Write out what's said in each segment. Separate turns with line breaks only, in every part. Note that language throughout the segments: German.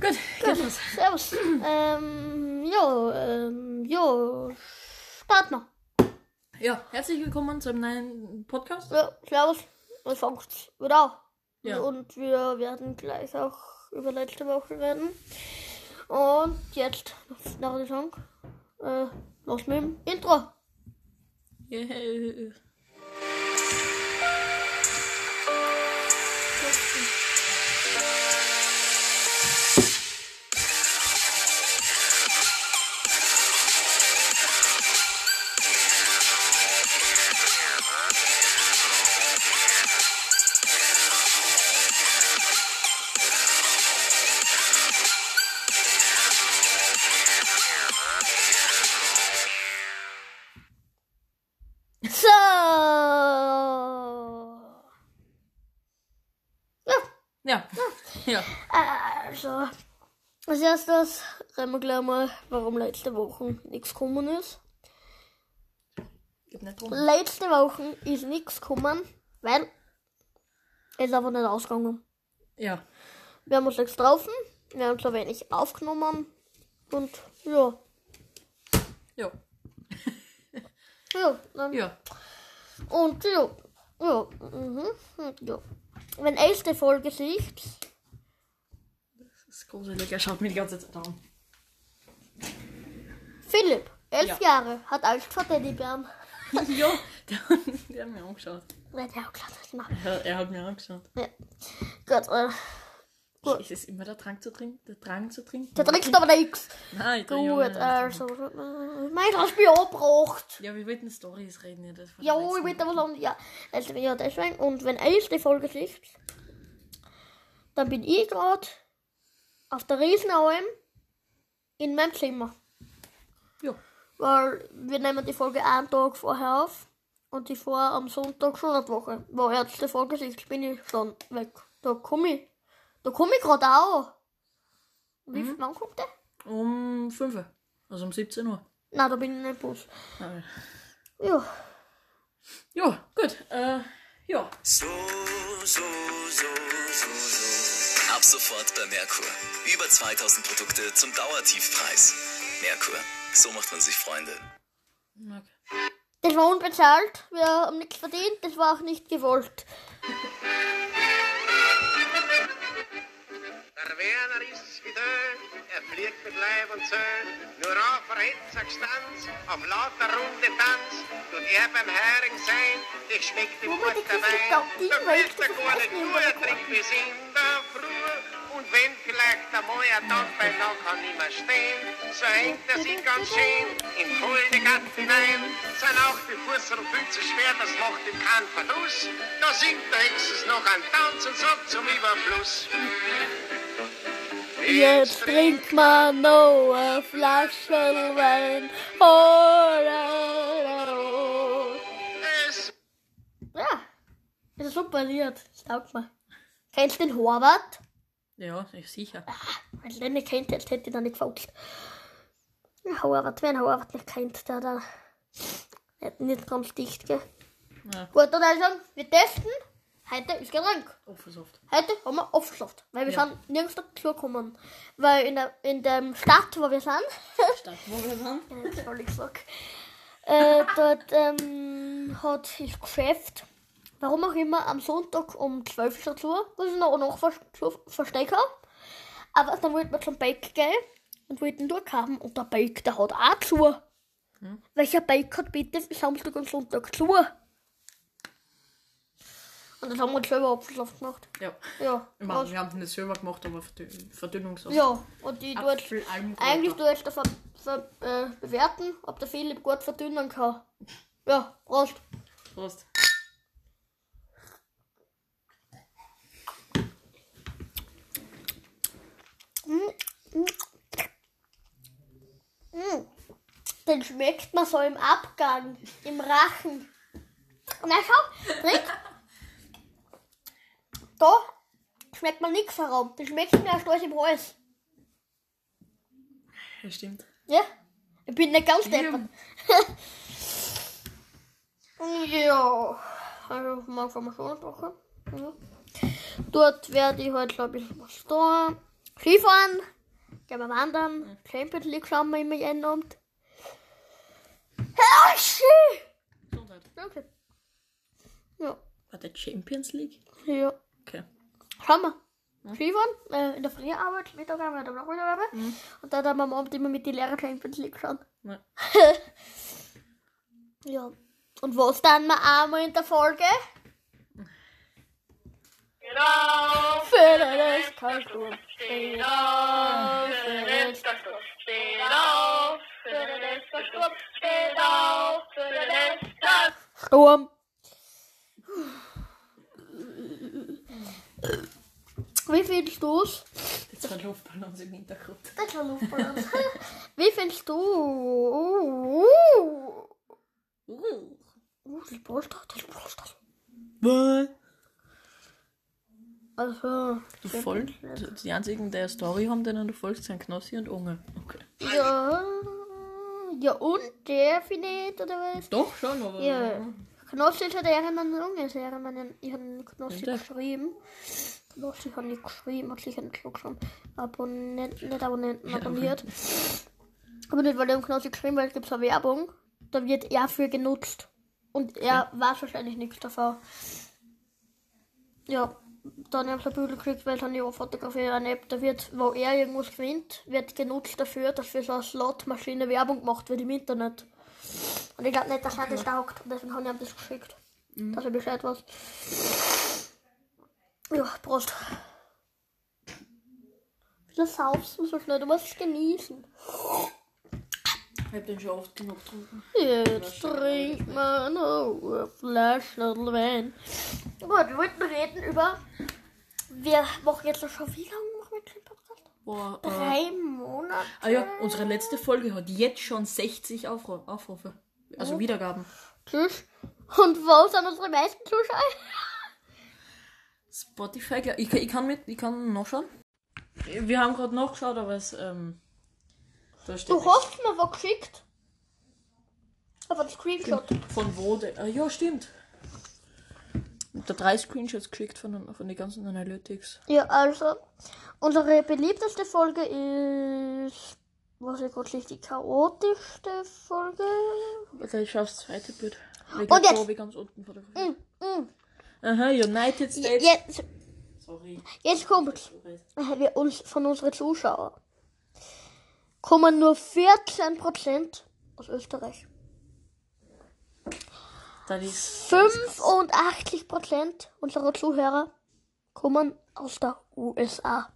Gut, geht los.
Servus. ähm, jo, ähm, jo. Partner.
Ja, herzlich willkommen zu einem neuen Podcast.
Ja, servus. Wir fangen's wieder an.
Ja.
Und wir werden gleich auch über letzte Woche reden. Und jetzt, nach dem Song, äh, los mit dem Intro.
Yeah.
So. Ja,
Ja. ja.
also. Als erstes reden wir gleich mal, warum letzte Woche nichts gekommen ist.
Gib nicht drum.
Letzte Woche ist nichts gekommen, weil es einfach nicht ausgegangen.
Ja.
Wir haben uns nichts getroffen, wir haben zu wenig aufgenommen und ja,
Ja.
ja, dann,
Ja.
und ja, ja, mhm, und ja. Wenn erste Folge sieht,
Das ist gruselig. Er schaut mir die ganze Zeit an.
Philipp, elf
Ja.
Jahre, hat Angst vor Teddybären.
ja. Der, der hat mir angeschaut.
Nein, der hat gesagt, nein.
Er, er hat mir angeschaut.
Ja. Gut, äh, Gut.
Ist es immer der Drang zu trinken? Der Drang zu trinken?
der trinkt aber nichts.
Nein, ich trinke auch
Gut,
nicht.
also, äh, mein Spiel abgebracht.
Ja, wir wollten Stories reden. Ja, das war
Ja, oh,
das
ich will da was sagen. Ja, also, ja, deswegen. Und wenn eins die Folge ist, dann bin ich gerade auf der Riesenalm in meinem Zimmer.
Ja.
Weil wir nehmen die Folge einen Tag vorher auf und ich fahre am Sonntag schon eine Woche. Wo jetzt die Folge ist, bin ich schon weg. Da komme ich. Da komme ich gerade auch. Wie viel wann kommt der?
Um 5 Uhr. Also um 17 Uhr.
Nein, da bin ich nicht bloß.
Ah, ja.
Ja.
Ja, gut. Äh, ja.
So, so, so, so, so. Ab sofort bei Merkur. Über 2000 Produkte zum Dauertiefpreis. Merkur, so macht man sich Freunde.
Okay.
Das war unbezahlt, wir haben nichts verdient, das war auch nicht gewollt.
Der Werner ist's wieder, er fliegt mit Leib und Zöll, nur auf er hätt sag Stanz, auf lauter Runde Tanz, tut er beim Hering sein, dich schmeckt im
Wobei die
Mund der
Küche
Wein,
doch die
da
Welt
fliegt er gar nicht
vergessen,
nur, er
aber
trinkt bis in der Früh, und wenn vielleicht einmal ein Tag bei Tag kann nimmer stehen, so hängt er sich ganz schön in kolde Gatten hinein, sein auch die Fuß und viel zu schwer, das macht ihm keinen Verlust, da singt der Hexes noch ein Tanz und sagt zum Überfluss.
Jetzt trinkt man noch eine Flasche Wein. Oh,
es
oh, oh. Ja, das ist super Lied, das taugt mir. Kennst du den Horvath?
Ja, ich- sicher.
Wenn ich den nicht kennt, hätte hätte ich den nicht gefällt. Ein Horvath, wer einen Horvath nicht kennt, der da nicht, nicht ganz dicht, gell?
Ja.
Gut, dann also, wir testen. Heute ist Getränk.
Offensoft.
Heute haben wir aufgeschlafen, weil wir
Ja.
sind nirgends dazu gekommen. Weil in der, in der Stadt, wo wir sind,
Statt wo wir sind.
das ist völlig gesagt, äh, dort ähm, hat das Geschäft, warum auch immer, am Sonntag um 12 Uhr schon zu, was ich noch, noch vers zu verstecke. Aber dann wollten wir zum Bike gehen und wollten durchhaben und der Bike, der hat auch zu.
Hm?
Welcher Bike hat bitte Samstag und Sonntag zu? Und das haben wir uns selber abgeschlafen gemacht.
Ja.
Ja,
Ich
was-
meine, wir haben das selber gemacht, aber Verdü- Verdünnungssaft.
Ja, und die dort.
Apfelalmkräuter.
Eigentlich du da ver, ver, äh, bewerten, ob der Philipp gut verdünnen kann. Ja, Prost.
Prost.
Den schmeckt man so im Abgang, im Rachen. Na schau, trink. Da schmeckt man nichts herum. Den schmeckt mir erst alles im Hals.
Ja, stimmt.
Ja? Ich bin nicht ganz deppert. Ja, also morgen haben wir schon eine Woche. Ja. Dort werde ich heute, glaube ich, halt, was da. Skifahren, gehen wir wandern, Champions League schauen wir immer jeden Abend. Herr Oschi!
Gesundheit.
Okay. Ja,
War der Champions League?
ja.
Okay.
Schauen wir. Skifahren, äh, in der Früh Arbeit, Mittag Arbeit, am Nachmittag Arbeit. Und dann haben wir am Abend immer mit den Lehrern Champions League schauen.
Na,
Ja. Und was dann wir einmal in der Folge?
Genau,
Für das kannst du stehen.
genau, für den Stolz, genau, für den Stolz, genau, für den Stolz.
Sturm. Wie findest du's?
Jetzt war Luftballons im Hintergrund.
Das war Luftballons. Wie findest du? Uh,
Uh.
das Poster, das Poster.
Du
Also,
folgst. Die einzigen, die eine Story haben, denen du folgst, sind Knossi und Unge. Okay.
ja. Ja, und der Finit oder was?
Doch schon, aber.
Ja. Knossi hat irgendeinen Junge, ist irgendeinen, ich habe Knossi
Stimmt.
geschrieben. Knossi hat nicht geschrieben, hat sich einen Schluck schon Abonnenten, nicht Abonnenten, abonniert. Aber nicht, weil er im Knossi geschrieben weil es gibt so Werbung. Da wird er für genutzt. Und er weiß wahrscheinlich nichts davon. Ja, dann haben sie ein Bild gekriegt, weil dann die Fotografie eine App, da wird, wo er irgendwas gewinnt, wird genutzt dafür, dass für so eine Slot-Maschine Werbung gemacht wird im Internet. Und ich glaube nicht, dass er das taugt. Und deswegen haben die ihm das geschickt. Dass er Bescheid weiß. Ja, Prost. Wieso saufst du so schnell? Du musst es genießen.
Ich hab den schon oft genug getrunken.
Jetzt trinkt man noch eine Flasche Wein. Gut, wir wollten reden über. Wir machen jetzt schon wie lange machen wir jetzt den Podcast?
Boah, äh,
Drei Monate.
ah ja, unsere letzte Folge hat jetzt schon 60 Aufru Aufrufe. Also Wiedergaben.
Tschüss. Und wo sind unsere meisten Zuschauer?
Spotify, glaub- ich, ich kann mit, ich kann nachschauen. Wir haben gerade nachgeschaut, aber es, ähm, da steht
Du hast mir was geschickt. Aber ein Screenshot.
nicht. von wo, der, ah, ja, stimmt. Und Da drei Screenshots geschickt von, von den ganzen Analytics.
Ja, also, unsere beliebteste Folge ist, was ich gerade nicht, die chaotischste Folge.
Also ich schaue aufs zweite Bild. Ich
Ah, Und jetzt- Mm,
glaube, ich ganz unten fotografiert. Aha, United States.
Jetzt,
Sorry.
jetzt kommt's. Äh, Wir uns, von unseren Zuschauern kommen nur 14% aus Österreich.
Das ist
85% unserer Zuhörer kommen aus der USA.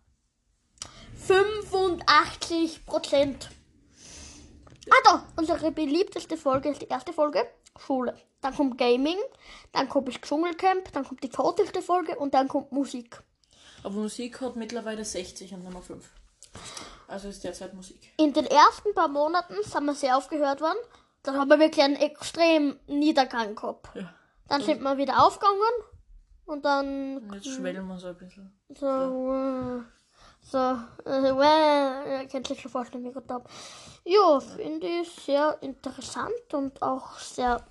85%. Ah doch, unsere beliebteste Folge ist die erste Folge, Schule. Dann kommt Gaming, dann kommt das Dschungelcamp, dann kommt die chaotischste Folge und dann kommt Musik.
Aber Musik hat mittlerweile 60 und Nummer 5. Also ist derzeit Musik.
In den ersten paar Monaten sind wir sehr aufgehört worden. Dann haben wir wirklich einen extremen Niedergang gehabt.
Ja.
Dann sind wir wieder aufgegangen und dann
Und jetzt schwellen wir so ein bisschen.
So, äh, so, äh, well, ihr könnt sich schon vorstellen, wie gut da. Ja, finde ich sehr interessant und auch sehr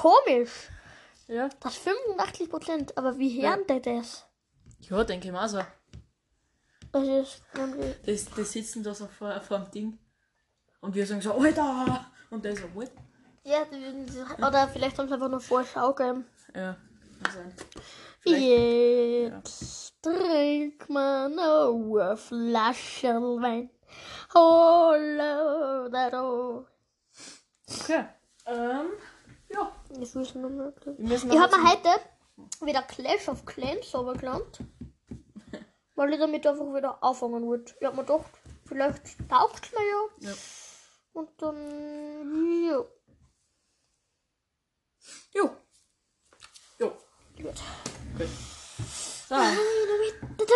komisch.
Ja?
Das 85 Prozent, aber wie hören die das?
Ja, denke ich mal so.
Das ist irgendwie,
Das, das sitzen da so vor, vor dem Ding. Und wir sagen so, Alter! Und der so, what?
ja, die würden sie- oder vielleicht haben sie einfach nur Vorschau gegeben.
Ja. Also, kann sein.
Jetzt trinkt man noch eine Flasche Wein. Hallo, da, da.
Okay. Ähm, ja.
Ich weiß nicht mehr.
Wir müssen
Ich
noch
habe
zum-
mir heute wieder Clash of Clans runtergeladen, weil ich damit einfach wieder anfangen wollte. Ich habe mir gedacht, vielleicht taugt es mir ja.
Ja.
Und dann, ja.
Jo. Jo.
Gut.
Gut. So,
Eine Mitte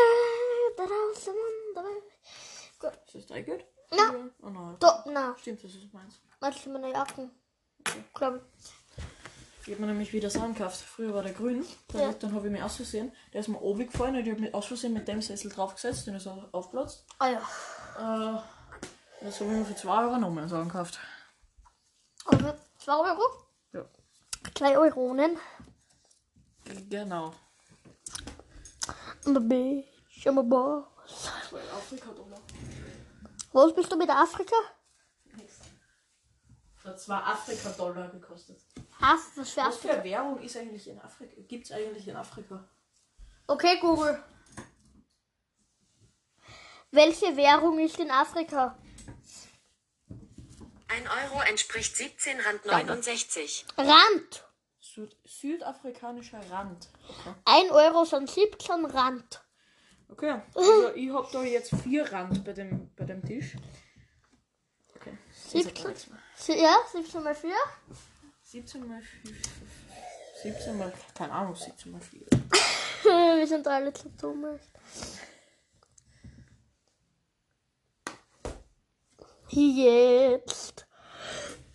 da draußen und dabei.
ist das dein gut?
Na.
Oh nein.
Da, na,
Stimmt, das ist meins.
manche sind meine Jacken. Glaub ich.
Ich hab mir nämlich wieder Sachen gekauft. Früher war der grün. Dann,
Ja.
dann habe ich mir aus Versehen, der ist mir oben gefallen und ich habe mich aus Versehen mit dem Sessel draufgesetzt, den ist auch aufplatzt.
Ah ja.
Äh, das habe ich mir für 2 Euro nochmal Sachen gekauft.
Also 2 Euro, ne?
Ja.
2 Euronen.
Genau.
I'm a bitch, I'm a boss.
Weil Afrika doch noch.
Was bist du mit Afrika?
Hat zwar Afrika-Dollar gekostet.
Af was für
Was
Afrika?
für Währung ist eigentlich in Afrika? Gibt es eigentlich in Afrika?
Okay, Google. Welche Währung ist in Afrika?
Ein Euro entspricht 17 Rand 69.
Rand.
Süd südafrikanischer Rand. Okay.
Ein Euro sind 17 Rand.
Okay, also ich hab da jetzt vier Rand bei dem, bei dem Tisch. Okay. ich sag gar nichts mehr.
Sie- Ja, 17 mal 4?
17 mal 5. 17 mal, keine Ahnung, 17 mal 4.
Wir sind alle zu dumm. Jetzt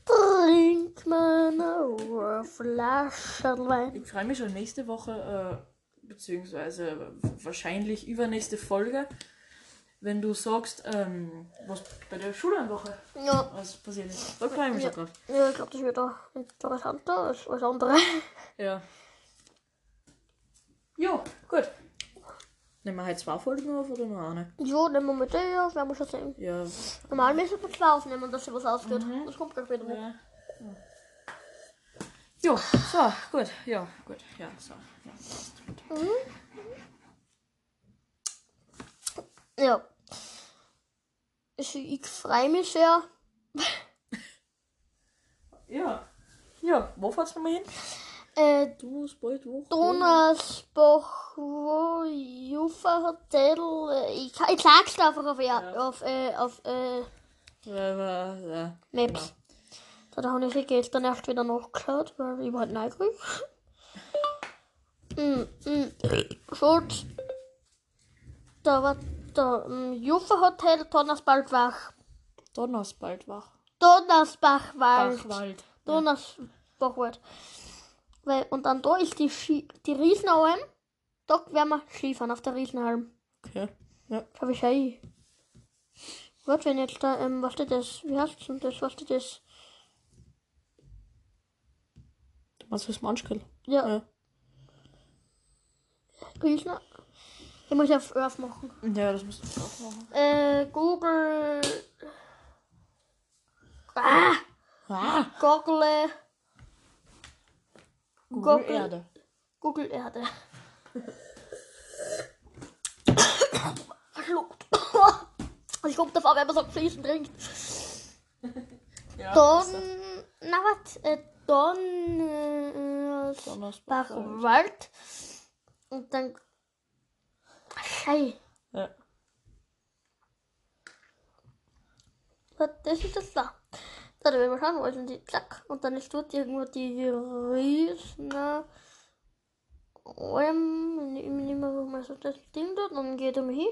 trinkt man eine Flasche Wein.
Ich freue mich schon nächste Woche, äh, beziehungsweise wahrscheinlich übernächste Folge, wenn du sagst, ähm, was bei der Schulwoche
Ja,
was passiert ist. Da freue ich mich schon drauf.
ja ich glaube, das wird auch interessanter als alles andere.
Ja. Jo, gut. Nehmen wir halt zwei Folgen auf oder nur eine?
Jo, nehmen wir mit dir auf, werden wir schon sehen.
Ja.
Normal müssen wir zwei aufnehmen, dass sich was ausgeht. Das kommt gleich wieder mit.
Mhm. Ja. Jo, so, gut, ja, gut, ja, so. Ja.
Ja. Dus Also, ich freue mich sehr.
Ja, ja wo fahrst du mal hin?
Äh,
Du musst bald wo?
Donnersbach, wo Jufa Hotel. äh, Ich, ich sag's dir einfach auf, ja. auf, äh, auf äh,
Ja, ja.
Maps. Da habe ich gestern erst wieder nachgeschaut, weil ich war halt neugierig. mm, mm. Schulz. Da war da ähm, Jufa Hotel, Donnersbach,
Donnersbald wach.
Donnersbach war.
Bachwald.
Donnersbach Wald. Weil, und dann da ist die, Ski, die Riesenalm. Da werden wir Skifahren auf der Riesenalm.
Okay. Ja.
Hab ich ja eh. Gott, wenn jetzt da, ähm, was steht das? Wie heißt denn das? Was steht das?
Was ist Manschkill?
Ja. Riesner. Ich muss auf Earth machen.
Ja, das musst du auch machen.
Äh, Google. Ah,
Ah,
Google.
Google Erde.
Google Erde. Verschluckt. ich guck davor, wenn man so fließen trinkt. Don. Na, was? Äh, Don. Äh,
Donnersbach.
Bachwald. Und dann. Schei.
Ja.
Was, Das ist das da. Da, da werden wir schauen, wo ist denn die? Zack. Und dann ist dort irgendwo die Riesner. Ähm, ich nehme mal wo mal so das Ding dort und dann geht er mal hin.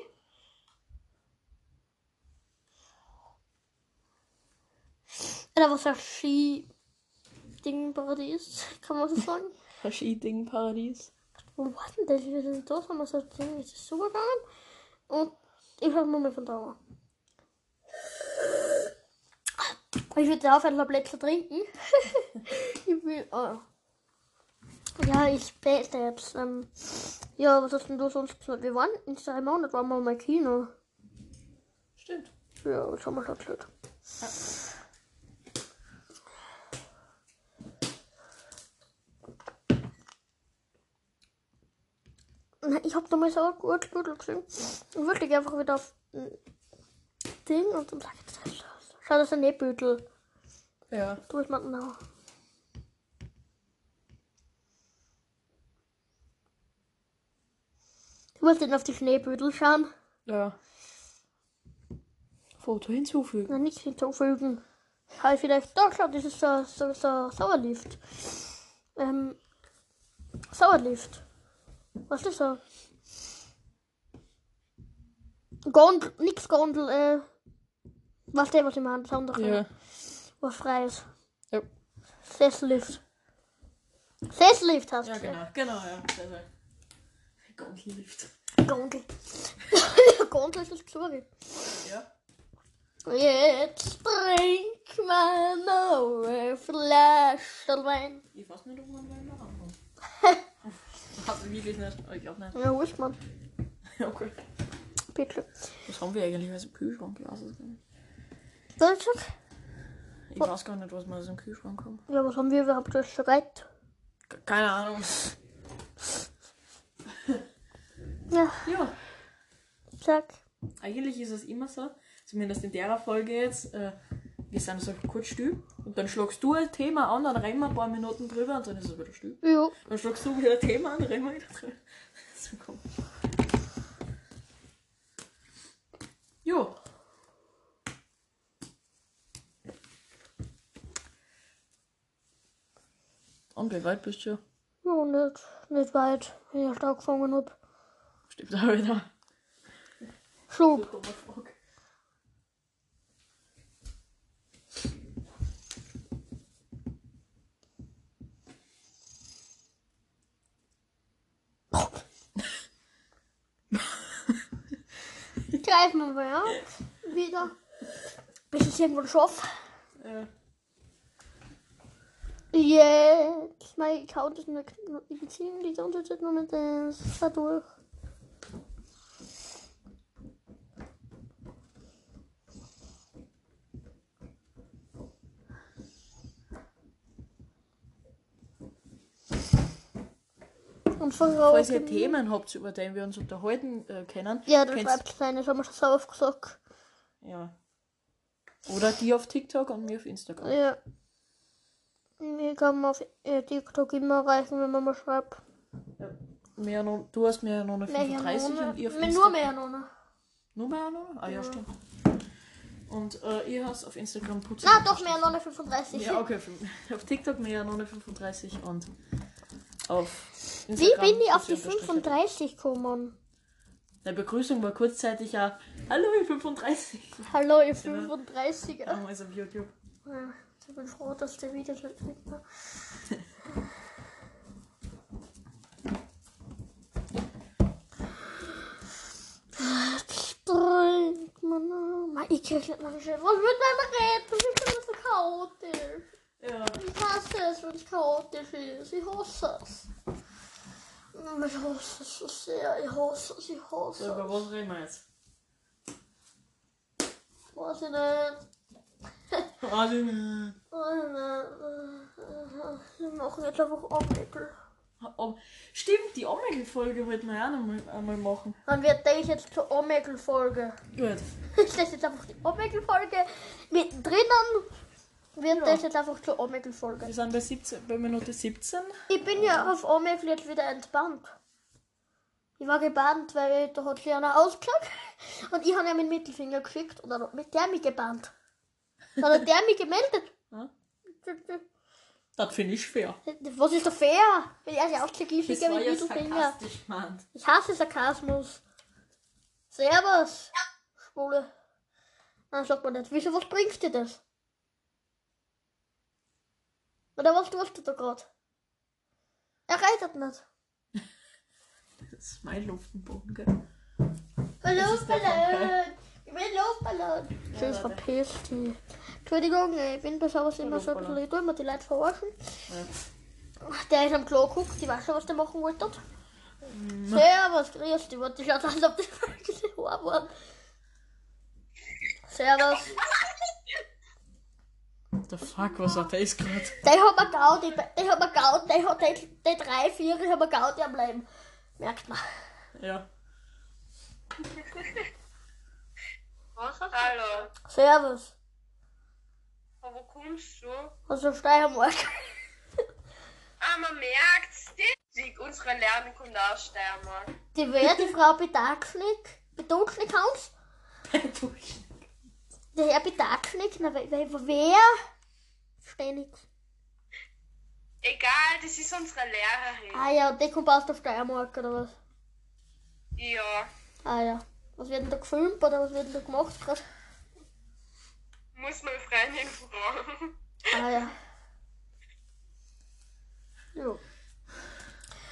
Oder was ein Ski-Ding-Paradies, kann man so sagen.
Verschieding-Paradies.
Wo war denn das? Wir sind da, haben wir so ziemlich ist das super gegangen. Und ich hab nur mal von da an. Ich würde aufhören, noch Plätze trinken. ich will. Oh. Ja, ich bete jetzt. Ähm, ja, was hast denn du sonst gesagt? Wir waren in zwei Monaten, waren wir mal im Kino.
Stimmt.
Ja, das haben wir schon erzählt. Na, Ich hab damals auch gut Knudel gesehen. Und wirklich einfach wieder auf ein Ding und dann sag ich das ist das. halt Schau, das ist ein Nähbütel.
Ja.
Du bist mal genau. Du musst dann auf die Schneebüdel schauen.
Ja. Foto hinzufügen.
Na, nichts hinzufügen. Halt vielleicht doch schon, das ist so, so, so Sauerlift. Ähm, Sauerlift. Was ist das? Gondel, nix Gondel, äh. Was der, was ich meine, das andere. Was freies.
Ja.
Sessellift. Sessellift hast du.
Ja, genau. Genau, ja. Sehr, sehr. Gondellift.
Gondel. Gondel ist das Gesorge.
Ja.
Jetzt trink mal noch eine Flasche Wein.
Ich weiß nicht, ob man da noch ankommt. Hab ich wirklich Oh, nicht. Aber Ich glaube nicht.
Ja, wo ist man?
Okay.
Bitte.
Was haben wir eigentlich als Kühlschrank? Ich weiß, es gar nicht.
Sonntag?
ich weiß gar nicht, was wir aus dem Kühlschrank haben.
Ja, was haben wir überhaupt als Streit?
Ke- Keine Ahnung.
Ja,
Ja,
sag.
eigentlich ist es immer so, zumindest in der Folge jetzt, äh, wir sind so kurz still und dann schlagst du ein Thema an, dann reden wir ein paar Minuten drüber und dann ist es wieder still.
Ja.
Dann schlagst du wieder ein Thema an, reden wir wieder drüber. So komisch. Jo. Und wie weit bist du?
Ja, nicht, nicht weit, wenn ich erst angefangen hab.
Stimmt auch wieder.
Schub. Greifen wir mal, ja? Wieder. Bis ich irgendwann schaffe.
Äh,
Jetzt, mein Account ist nicht identifizieren, die ganze Zeit nur mit dem durch. Und
falls ihr
vorausgegeben.
Themen habt, über die wir uns unterhalten äh, können,
Ja, das
könnt's-
bleibt sein, das haben wir schon so oft gesagt.
ja. Oder die auf TikTok und mir auf Instagram.
Ja. Mir kann man auf äh, TikTok immer erreichen, wenn man mal schreibt.
Mehr noch, du hast mir noch eine 35 und ihr auf
Mit nur
Instagram.
mehr Nonne.
Nur mehr noch? Ah ja, stimmt. Und äh, ihr hast auf Instagram Putz.
Na doch, mehr Nonne 35.
Ja, okay. fün- Auf TikTok mehr noch eine 35 und auf
Wie
Instagram.
bin ich auf die
Putzi unterstrich-
35 gekommen?
Die Begrüßung war kurzzeitig ja Hallo, ihr 35.
Hallo, ihr
Genau.
35er.
Damals auf YouTube.
Ja. Ich bin froh, dass der Video ne? nicht weg war. Strahlt man. ne? Mann, Ich krieg nicht mal Schiff. Was mit meinem Reden? Das ist immer so chaotisch.
Ja.
Ich hasse es, wenn es chaotisch ist. Ich hasse es. Ich hasse es so sehr. Ich hasse es. Ich hasse
So,
es.
über was reden wir jetzt?
Weiß ich nicht.
Also, äh,
Uh, Weiß ich nicht. Wir machen jetzt einfach Abwickel.
Om- Stimmt, die Omegle-Folge wollten wir ja auch noch mal, einmal machen.
Dann wird das jetzt zur Omegel-Folge.
Gut.
Ist das jetzt einfach die Omegel-Folge? Mit drinnen wird das jetzt einfach zur Omegel-Folge.
Wir sind bei, 17, bei Minute 17.
Ich bin ja auf Omegel jetzt wieder entbannt. Ich war gebannt, weil da hat sie einer ausgeschaut. Und ich habe ihm den Mittelfinger geschickt und dann hat mich der mich gebannt. Dann hat der mich gemeldet.
Ja. Das finde ich fair.
Was ist da fair? Wenn er sich ausgeschaut, ich schicke ihm den Mittelfinger.
sarkastisch gemeint.
Ich hasse Sarkasmus. Servus, Schwule. Nein, sagt man nicht. Wieso, was bringst dir das? Oder was tust du da gerade? Er reitet nicht.
Das ist mein Luftenbogen, gell?
Luftballon! Ich will Luftballon! Tschüss, verpiss dich. Entschuldigung, ich bin bei sowas immer so ein bisschen, ich tu immer die Leute verarschen. Der ist am Klo geguckt, ich weiß schon, was der machen wollte. Servus, grüß dich, warte, schaut aus, ob das wirklich die Haare waren. Servus.
The fuck, was hat das gerade?
Den hat man gehauen, den den hat man gehauen, den hat den, den drei, vier, den hat man gehauen, die am Leben. Merkt man.
Ja.
Hallo,
Servus.
von wo kommst du?
Also Steiermark.
Ah, man merkt's, die Musik, unsere Lernen kommt aus Steiermark.
Die werte Frau Bedarfschnick, Bedarfschnick Hans. Der Herr Bedarfschnick, na, wer, wer, wer? Versteh nix.
Egal, das ist unsere Lehrerin.
Ah ja, und der kommt aus der Steiermark oder was?
Ja,
Ah ja. Was wird denn da gefilmt oder was wird denn da gemacht gerade?
muss meine Freundin fragen.
Ah ja. Jo.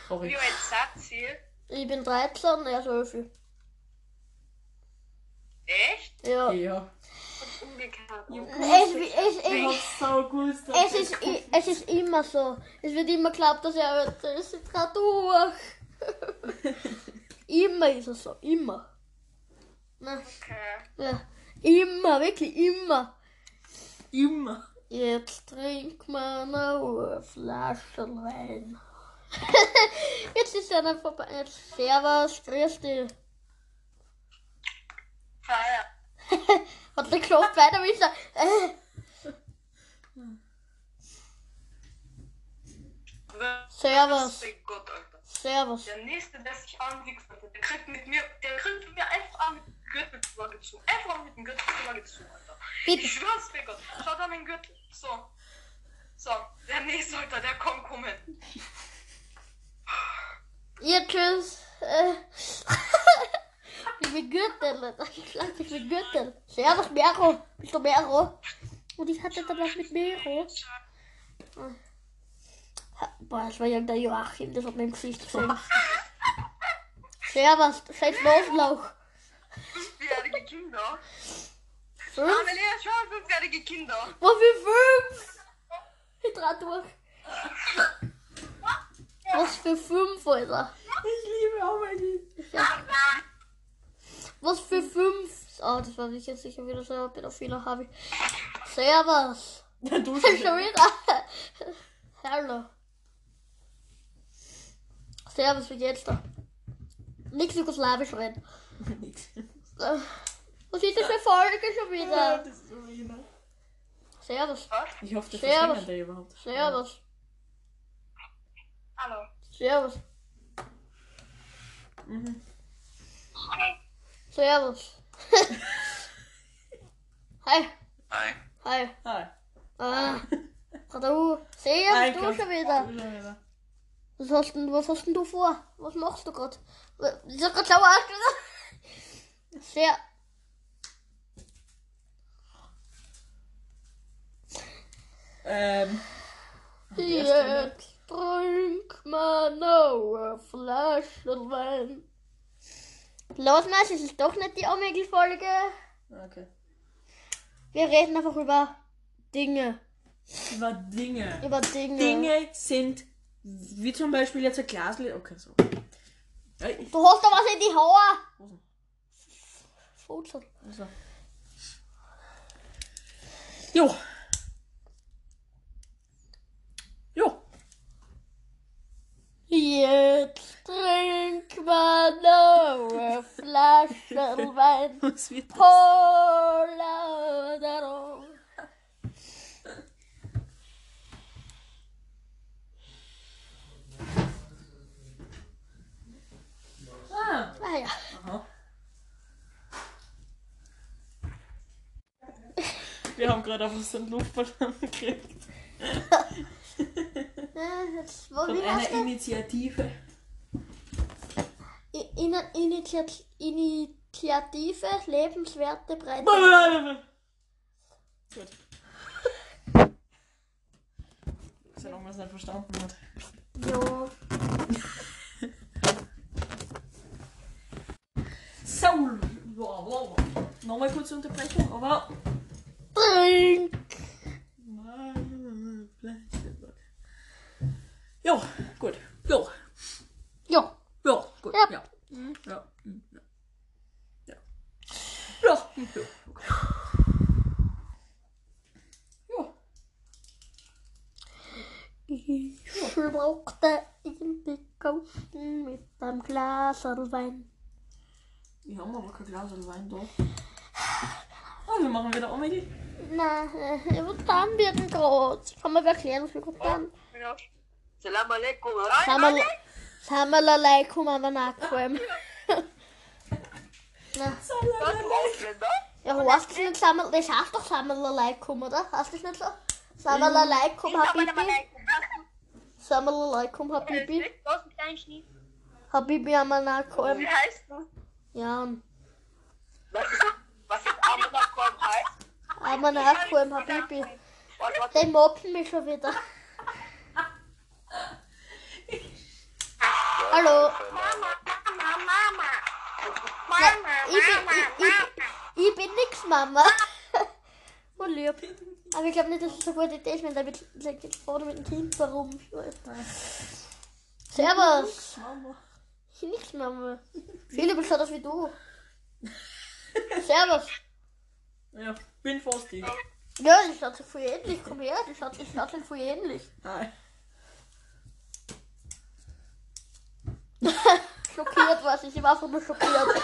Sorry.
Wie alt seid ihr?
Ich bin 13, er ist 11.
Echt?
Ja.
Ja.
Umgekehrt.
Es, es, es,
So gut.
es, ist, i- es ist immer so. Es wird immer geglaubt, dass er älter ist. Jetzt gerade durch. immer ist es so. Immer. Na,
Okay.
ja. Immer, wirklich immer.
Immer.
Jetzt trink mal eine Flasche Wein. Jetzt ist er dann vorbei. Jetzt Servus, grüß dich.
Feier.
Hat der Knopf weiter mit äh, Servus,
Sei Gott, Alter.
servus.
Der nächste, der sich anwichst, Alter, der kriegt mit mir, der kriegt mit mir einfach an den Gürtel drüber gezogen. Einfach mit dem Gürtel drüber gezogen, Alter. Ich
Bitte,
schwör's bei Gott. Schau da meinen Gürtel. So. So. Der nächste, Alter, der kommt, komm hin.
ihr tschüss. Äh, ich bin Gürtel. Ich sag, ich bin Gürtel. Servus, Mero. Bist du Mero? Und ich hatte danach mit Mero. Ah. Boah, das war irgendein Joachim, das hat mir im Gesicht gesehen. Servus, scheiß Loslauch.
Fünfjährige Kinder.
Fünf?
Amelia, schau, fünfjährige Kinder.
Was für fünf? Ich dreh durch. Was für fünf, Alter?
Ich liebe Amelie.
Was für fünf? Ah, das war ich jetzt sicher wieder so ein Pädophiler habe ich. Servus.
Ja, du
Schon
schon.
wieder. Hallo. Servus, wie geht's da? Nix jugoslawisch reden.
Nix.
Äh, Was ist das für Folge
Ja,
schon wieder?
das ist so wie, ne?
Servus.
Ich hoffe, das
Servus.
verstehen der überhaupt.
Servus.
Hallo.
Servus. Servus. Hi.
Hi.
Hi.
Hi.
Ah. Hallo.
Hi,
Servus, du
komm.
schon wieder.
Du schon wieder.
Was hast, denn, was hast denn du vor? Was machst du gerade? Ich hab grad sauer ausgedacht. Sehr.
Ähm, Stelle.
Jetzt trink mal noch eine Flasche Wein. Los, Maus, es ist doch nicht die Omegle-Folge.
okay.
Wir reden einfach über Dinge.
Über Dinge.
Über Dinge.
Dinge sind, wie zum Beispiel jetzt ein Glas. Okay, so. Ey,
Du hast doch was in die Haare.
Hosen.
Fuzel.
Also. Jo. Jo.
Jetzt trink mal noch eine Flasche Wein.
Was wird das?
Polauderung.
Ah.
Ah ja.
Aha. Wir haben gerade auf so einen Luftballon gekriegt.
Äh, Jetzt, wo,
Von
wie heißt
einer
das?
Initiative.
I- In, Initiat- Initiative, lebenswerte Breite.
Gut. Solange man es nicht verstanden hat.
Jo.
So, wow, wow. nochmal kurze Unterbrechung, aber.
Trink.
Ja, gut. Ja,
Jo.
ja, gut. Ja.
Ja.
Ja. Mhm, Ja. mhm, ja. Ja. Ja. mhm, Ja. okay. Ja.
Ich schluckte ihn begossen mit einem Glas Wein.
Wir haben aber kein Glas oder Wein da. Ah, wir machen wieder um Omelie.
Na, äh, was haben wir denn gerade? Ich kann mir erklären, was wir gerade haben.
Ja. Salam alaikum.
Samal- Samalalaikum Avanakwem. Na, ja, hast du nicht Samal... Das heißt doch Samalalaikum, oder? Hast du das nicht so? Samalalaikum Habibi. Samalalaikum Habibi.
Was mit deinem Schnee?
Habibi Amanakwem.
Wie heißt du?
Ja,
Was ist, was ist Amanakorn heißt?
Amanakwem Habibi.
Was, was,
Die mobben mich schon wieder. Hallo.
Mama, Mama, Mama.
Nein,
Mama,
ich, bin,
Mama,
ich, ich, ich bin nix, Mama. Und lieb. Aber ich glaube nicht, dass es eine gute Idee ist, wenn der mit, der geht vorne mit dem Kind da rumschwirrt. Servus. Ich bin nix, Mama. Philipp ist so das wie du. Servus.
Ja, bin fast ich.
Ja, ich hatte früher ähnlich. Komm her, ich hatte, ich hatte früher ähnlich.
Nein.
Schockiert was ich. Ich war einfach nur schockiert.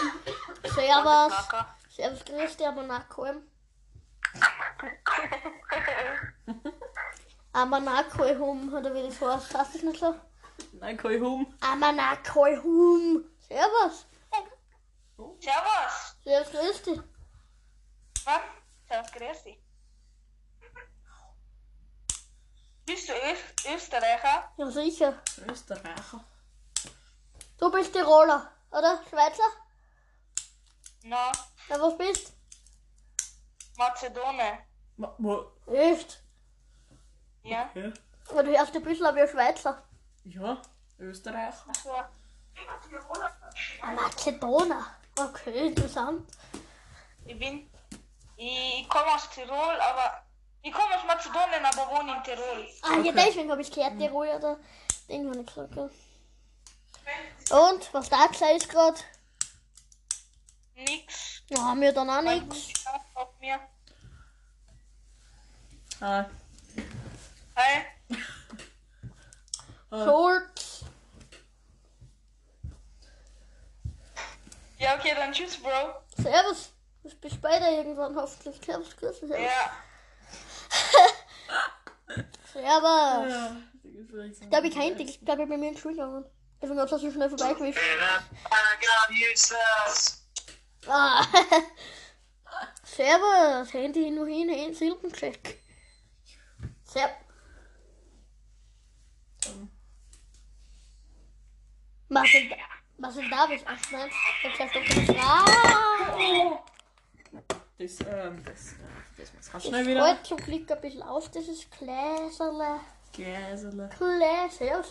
Servus.
Kaka.
Servus, grüß dich, Amanakoem. Amanakoehum, oder wie das heißt. Hast du es nicht so?
Nein, um. kann ich home.
Amanakoehum. Servus.
Servus.
Servus, grüß dich.
Was? Servus, grüß dich. Bist du Öst Österreicher?
Ja, sicher.
Österreicher.
Du bist Tiroler, oder? Schweizer?
Na,
Na, was bist?
Mazedone.
Ma, ma,
Echt?
Ja.
hä?
Aber du hörst ein bisschen wie ein Schweizer.
Ja, Österreicher.
So.
Ein Mazedoner. Okay, interessant.
Ich bin. Ich komme aus Tirol, aber. Ich komme aus Mazedonien, aber wohne in Tirol.
Ah, ja, deswegen habe ich gehört, die Ruhe oder Ding, wenn ich gesagt habe. Und, was da ist gerade?
Nix.
Ja, haben wir dann auch
Mein
nichts.
Hund schaut auf mir.
Ah,
Hi.
Schulz.
Ja, okay, dann tschüss, Bro.
Servus. Du bist beide irgendwann hoffentlich. Servus, grüß dich. Servus.
Ja.
Servus.
ja. die Gespräche sind-
Da habe ich kein Ding. Ich glaube, ich bin mir in die Schule gegangen. Deswegen hat es so schnell vorbeigewischt. Ah. Servus. Handy hin und hin, hin, Silbencheck. Servus. Was ist da? Was ist da? Was ist da? Nein, ich hab doch gefragt.
Das, ähm, das, äh, das muss ganz schnell
Ich
wieder.
wollte zum Glück ein bisschen auf dieses Gläserle.
Gläserle.
Gläser.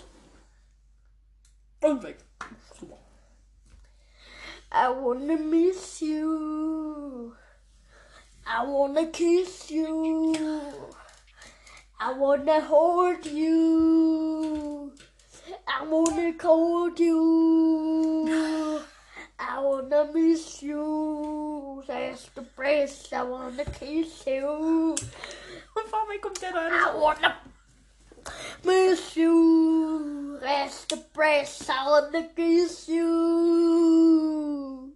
Und weg. Super.
I wanna miss you. I wanna kiss you. I wanna hold you. I wanna call you. I wanna miss you. That's the place I wanna kiss you.
Und vor mir kommt der da rein.
I wanna miss you. That's the place I wanna kiss you.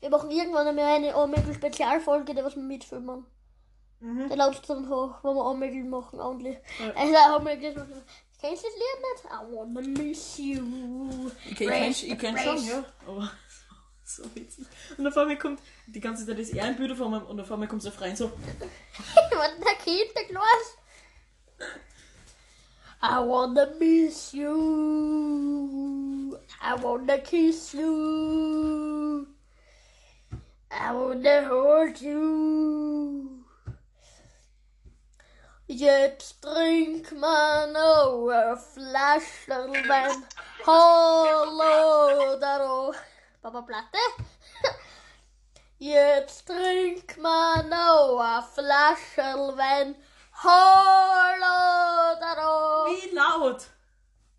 Wir machen irgendwann einmal eine Omegle-Spezialfolge, die was wir mitfilmen. Mhm. Der lautet dann hoch, wo wir Omegle machen, only. Also Omegle ist Kennst du das Lied nicht? I wanna miss you.
Okay, ich kenn, ich kenn schon, ja. Aber so witzig. Und auf einmal kommt die ganze Zeit das Ehrenbüder von meinem und auf einmal kommt so rein so.
What the Kinderglas? I wanna miss you. I wanna kiss you. I wanna hold you. Jetzt trink man noch ein Flascherl Wein. Hallo, daro. Papa Platte? Jetzt trink man noch ein Flascherl Wein. Hallo, daro.
Wie laut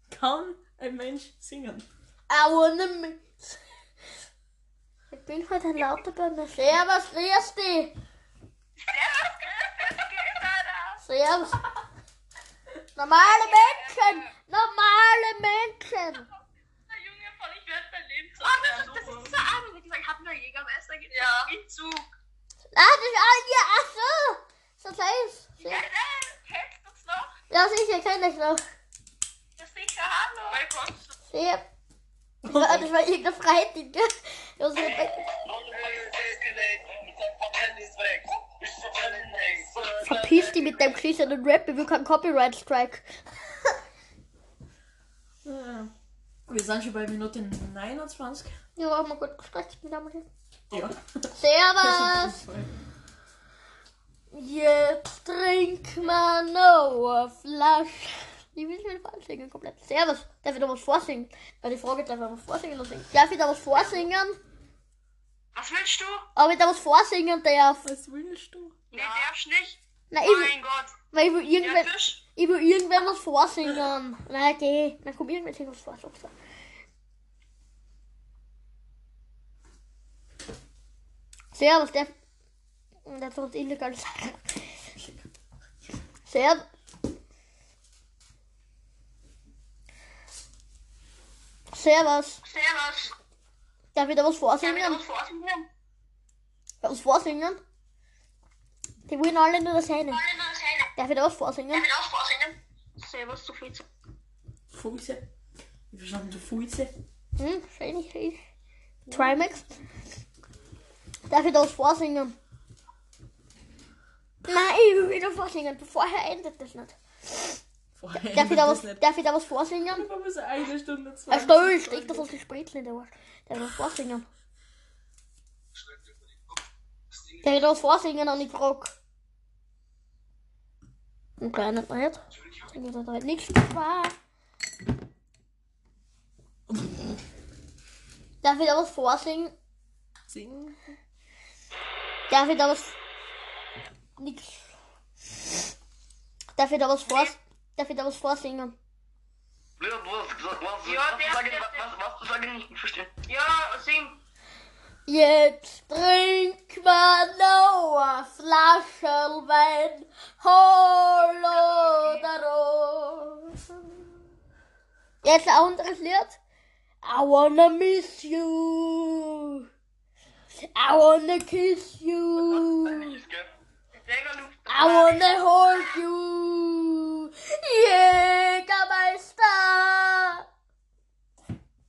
kann ein Mensch singen?
I wanna miss. Ich bin heute ein lauter bei mir. Servus, grüß dich. Servus. Normale Menschen. Normale Menschen.
Junge, voll, ich werde verlebt. Ah, das, das ist dieser Arme, der gesagt hat, nur Jäger am Essen geht ja. in Zug.
Ah, das ist all ja, ach so. So kleines.
Kennst du es noch?
Ja, sicher, kenn ich noch.
Das ist sicher Hallo. Weil kommst du?
Ja. Das war, das war irgendein Freitag, gell? Ja, so- Verpiss dich mit deinem geschissenen Rap, ich will keinen Copyright-Strike.
Ja. Ah. Wir sind schon bei Minute 29.
Ja, haben wir gut gestreckt mit dem Reden.
Ja. Ah.
Servus! Jetzt trink mal noch eine Flasche. Ich will schon falsch singen, komplett. Servus! Darf ich da was vorsingen? Ja, die Frage, darf ich was vorsingen oder singen? Darf ich da was vorsingen?
Was willst du?
Ob ich da was vorsingen darf?
Was willst du?
Nee, darfst nicht.
Nein, ich
Oh
will,
mein Gott.
weil ich will
Ja,
irgendwann...
Tisch.
Ich will irgendwann was vorsingen. Nein, geh. Dann komm irgendwann was vorsingen. Servus, der. Der tut uns illegale Sachen. Servus. Servus.
Servus.
Darf ich da was
Darf ich da
vorsingen?
was vorsingen?
Was vorsingen? Die wollen alle nur das eine.
Alle nur das eine.
Darf ich da was vorsingen?
Darf ich da was vorsingen? Servus, du Fritz.
Fuße. Ich verstanden, du Fuße.
Hm, wahrscheinlich ich. Trimax. Darf ich da was vorsingen? Nein, ich will wieder vorsingen. Vorher endet das nicht.
Vorher
Darf ich da was,
nicht.
darf ich da was vorsingen?
Da muss er eine Stunde
Ein
20.
Stuhl, steht das aus dem Spritzli, der war. Der was vorsingen. Der hat was vorsingen und ich frag. Und kleiner nicht. Ich hab da halt nichts gefragt. Darf ich da was vorsingen?
Singen.
Darf ich da was. Nix. Darf ich da was vor. Darf ich da was vorsingen?
Blöder Wurst, was, was,
Ja,
was,
der-
du sagen,
der-
was, was du sagen, ich verstehe.
Ja, sing.
Jetzt trink man noch ein Flaschel Wein. Hallo, da Jetzt ein anderes Lied. I wanna miss you. I wanna kiss you.
Mega Luft.
I wanna hold you, Jägermeister.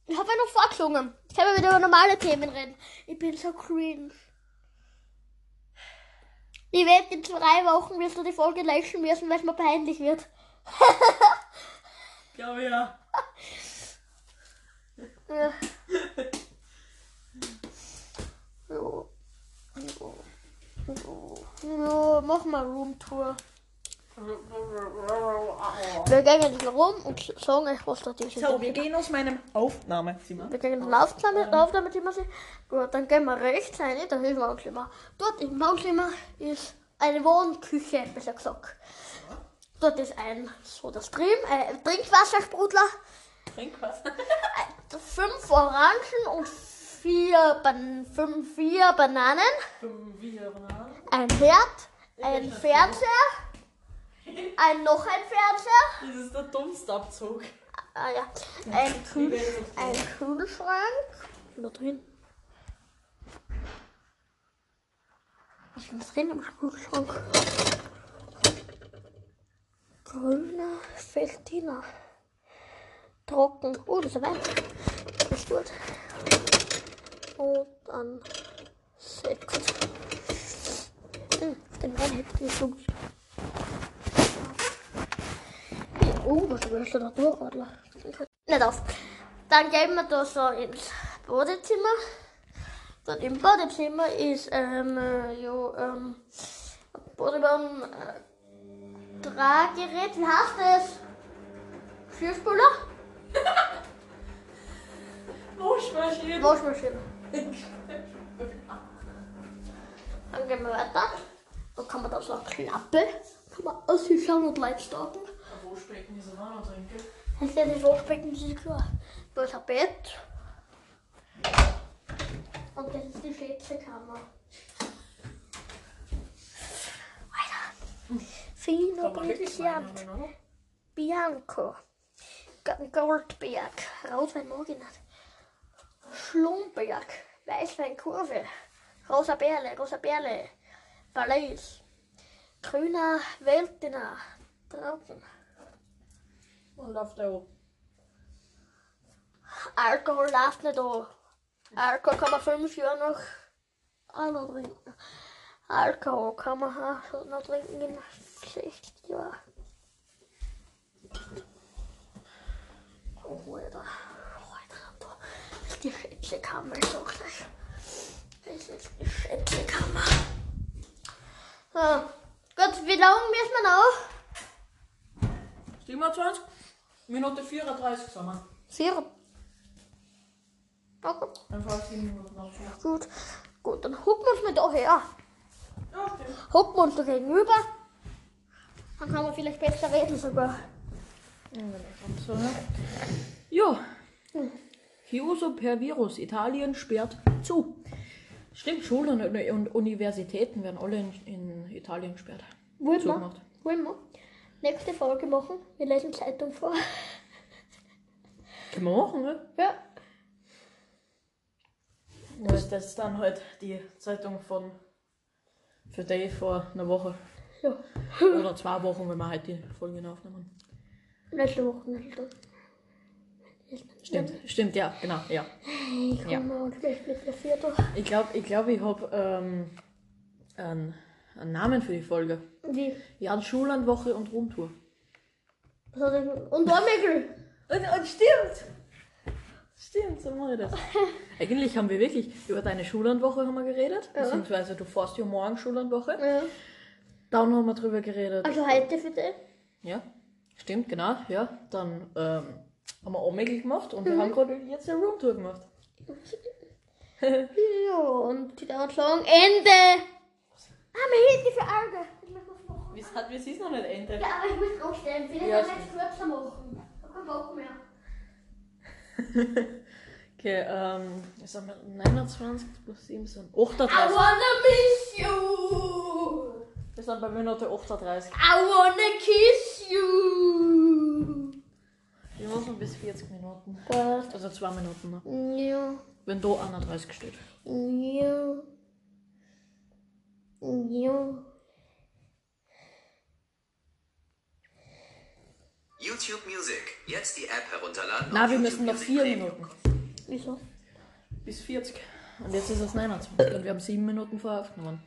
Ich habe ja noch vorgesungen. Ich kann ja wieder über normale Themen reden. Ich bin so cringe. Ich werde in drei Wochen wirst du die Folge löschen müssen, weil es mir peinlich wird.
Glaube ja.
Ja. Ja. Ja, mach mal Roomtour. Wir gehen jetzt rum und sagen euch, was da ist.
So, wir gehen aus meinem Aufnahmezimmer. Ähm.
Wir gehen auf damit, auf damit immer sehen. Gut, dann gehen wir rechts rein, das ist Wohnzimmer. Dort im Wohnzimmer ist eine Wohnküche, besser gesagt. Dort ist ein Soda-Stream, äh, Trinkwassersprudler,
Trinkwasser.
fünf Orangen und vier, Ban fünf, vier Bananen,
Wieder Banane.
ein Herd, ein Fernseher, ein noch ein Fernseher,
Das ist der dummste Abzug.
ah, ja, ein, Kühl ein Kühlschrank. Da drin. Was ist denn drin im Kühlschrank? Grüner Feltiner. Trocken. Oh, das ist ein Wein. Das ist gut. Und dann Sekt. Hm, den Wein hätte ich nicht so gut. Oh, was willst du da durch, Adler? Nicht auf. Dann gehen wir da so ins Badezimmer. Dort im Badezimmer ist, ähm, äh, jo, ähm, Bodybaum, äh, Drahgerät, wie heißt das? Geschirrspüler?
Waschmaschine.
Waschmaschine. Dann gehen wir weiter. Da kann man da so eine Klappe, kann man ausschauen und Leute starten.
Waschbecken ist ein anderer Trinker.
Das ist ja das Waschbecken, das ist klar. Da ist ein Bett. Und das ist die Schätzekammer. Alter. Fino Brillant. Bianco. G- Goldberg. Rotwein mag ich nicht. Schlumberg. Weißweinkurve. Rosa Berle. Rosa Berle. Palais. Grüner Weltiner. Trauben.
Und auf der O.
Alkohol darf nicht an. Alkohol kann man fünf Jahre noch auch noch trinken. Alkohol kann man auch noch trinken in 60 Jahren. Oh, Alter. Oh, Alter. Das ist die Schätzekammer, ich sag gleich. Das ist die Schätzekammer. So. Gut, wie lange müssen wir noch?
Stehen wir 20? Minute 34 sind wir.
Sirup. Na gut.
Einfach 7 Minuten nachschauen.
Gut, gut, dann hucken wir uns mit da her.
Ja, stimmt.
Hucken wir uns da gegenüber. Dann kann man vielleicht besser reden sogar.
So, ne? Jo. Chiuso per Virus. Italien sperrt zu.
Stimmt, Schulen und- und Universitäten werden alle in, in Italien gesperrt.
Wollen wir,
Zugemacht.
wollen wir nächste Folge machen? Wir lesen Zeitung vor.
Können wir machen, ne?
Ja.
Nur ist das dann halt die Zeitung von für Day vor einer Woche.
Ja.
Oder zwei Wochen, wenn wir halt die Folgen aufnehmen.
Nächste Woche nicht dann.
Stimmt, stimmt, ja, genau, ja.
Ich komme
Ja.
mal gleich mit der Viertel.
Ich glaube, ich, glaub, ich habe ähm, einen, einen Namen für die Folge.
Wie?
Jan Schulandwoche und Rumtour.
Was hat er- Und Dormickel!
Und, und stimmt! Stimmt, so mache ich das. Eigentlich haben wir wirklich über deine Schullandwoche haben wir geredet, beziehungsweise du fährst ja morgen Schullandwoche.
Ja.
Dann haben wir drüber geredet.
Also heute für den.
Ja, stimmt, genau, ja. Dann ähm, haben wir Omegel gemacht und wir haben gerade jetzt eine Roomtour gemacht.
Ja, und die dauert lang. Ende! Ah, mir hilft die für Augen. Ich muss was machen.
Wie's hat, wie's ist noch nicht Ende?
Ja, aber ich muss aufstellen. Vielleicht ja,
Ja,
jetzt kürzer machen. Ich hab keinen Bock mehr.
Okay, ähm, was haben wir? 29 plus 7 sind 38.
I wanna miss you!
Wir sind bei Minute 38.
I wanna kiss you!
Wir machen bis 40 Minuten.
Passt.
Also 2 Minuten, ne?
Ja,
wenn da 31 steht.
ja. Ja.
YouTube Music. Jetzt die App herunterladen.
Na,
und
wir
YouTube
müssen noch
Music
4
Premium.
Minuten.
Wieso?
Bis 40. Und jetzt ist es 29. Und wir haben 7 Minuten vorher aufgenommen.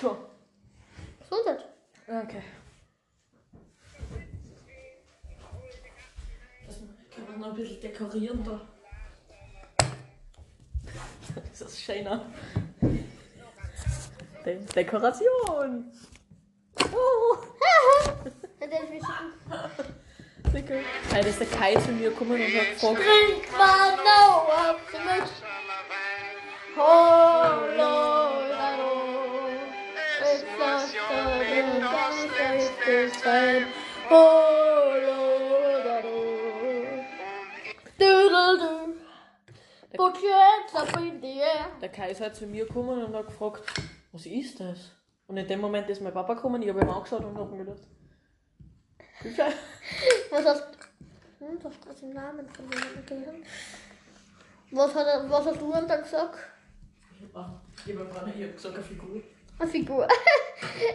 Go.
Gesundheit.
Okay. Das kann man noch ein bisschen dekorieren da. Das ist schöner. De Dekoration! Oh,
Das ist ein
Deko Alter, ist der Kai zu mir gekommen und hat gefragt,
Drink mal no up to my Oh Lord, I
Es muss ja nicht das Letzte sein.
Oh Lord, I know. Doodle doo. Put your hands up in the air.
der Kai ist halt zu mir gekommen und hat gefragt, was ist das? Und in dem Moment ist mein Papa gekommen, ich habe ihn angeschaut und hab mir gedacht, Küche.
Was hast hm, du? hast gerade den Namen von jemandem gehört. Was, hat er, was hast du ihm dann gesagt?
Ah, ich habe gerade hier gesagt, eine Figur.
Eine Figur.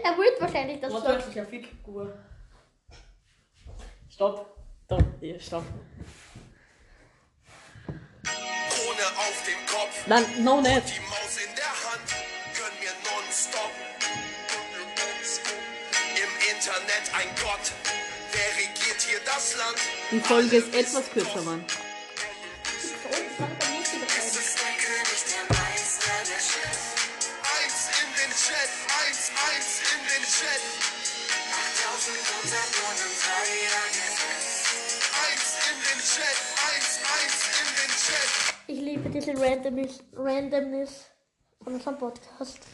er wollte wahrscheinlich das
Was
sagen.
soll ich auf Figur? Stopp. Stopp. Ja, stopp.
Krone auf dem Kopf,
Nein, no net.
die Maus in der Hand, gönn mir nonstop. Im Internet ein Gott, wer regiert hier das Land?
Die Folge ist etwas kürzer, Mann.
Es ist der König, der Meister der Chat. Eins in den Chat, eins, eins in den Chat. 8000 Unterboden, drei Eins in den Chat, eins, eins in den Chat.
Ich liebe diese Randomness, Randomness von unserem Podcast.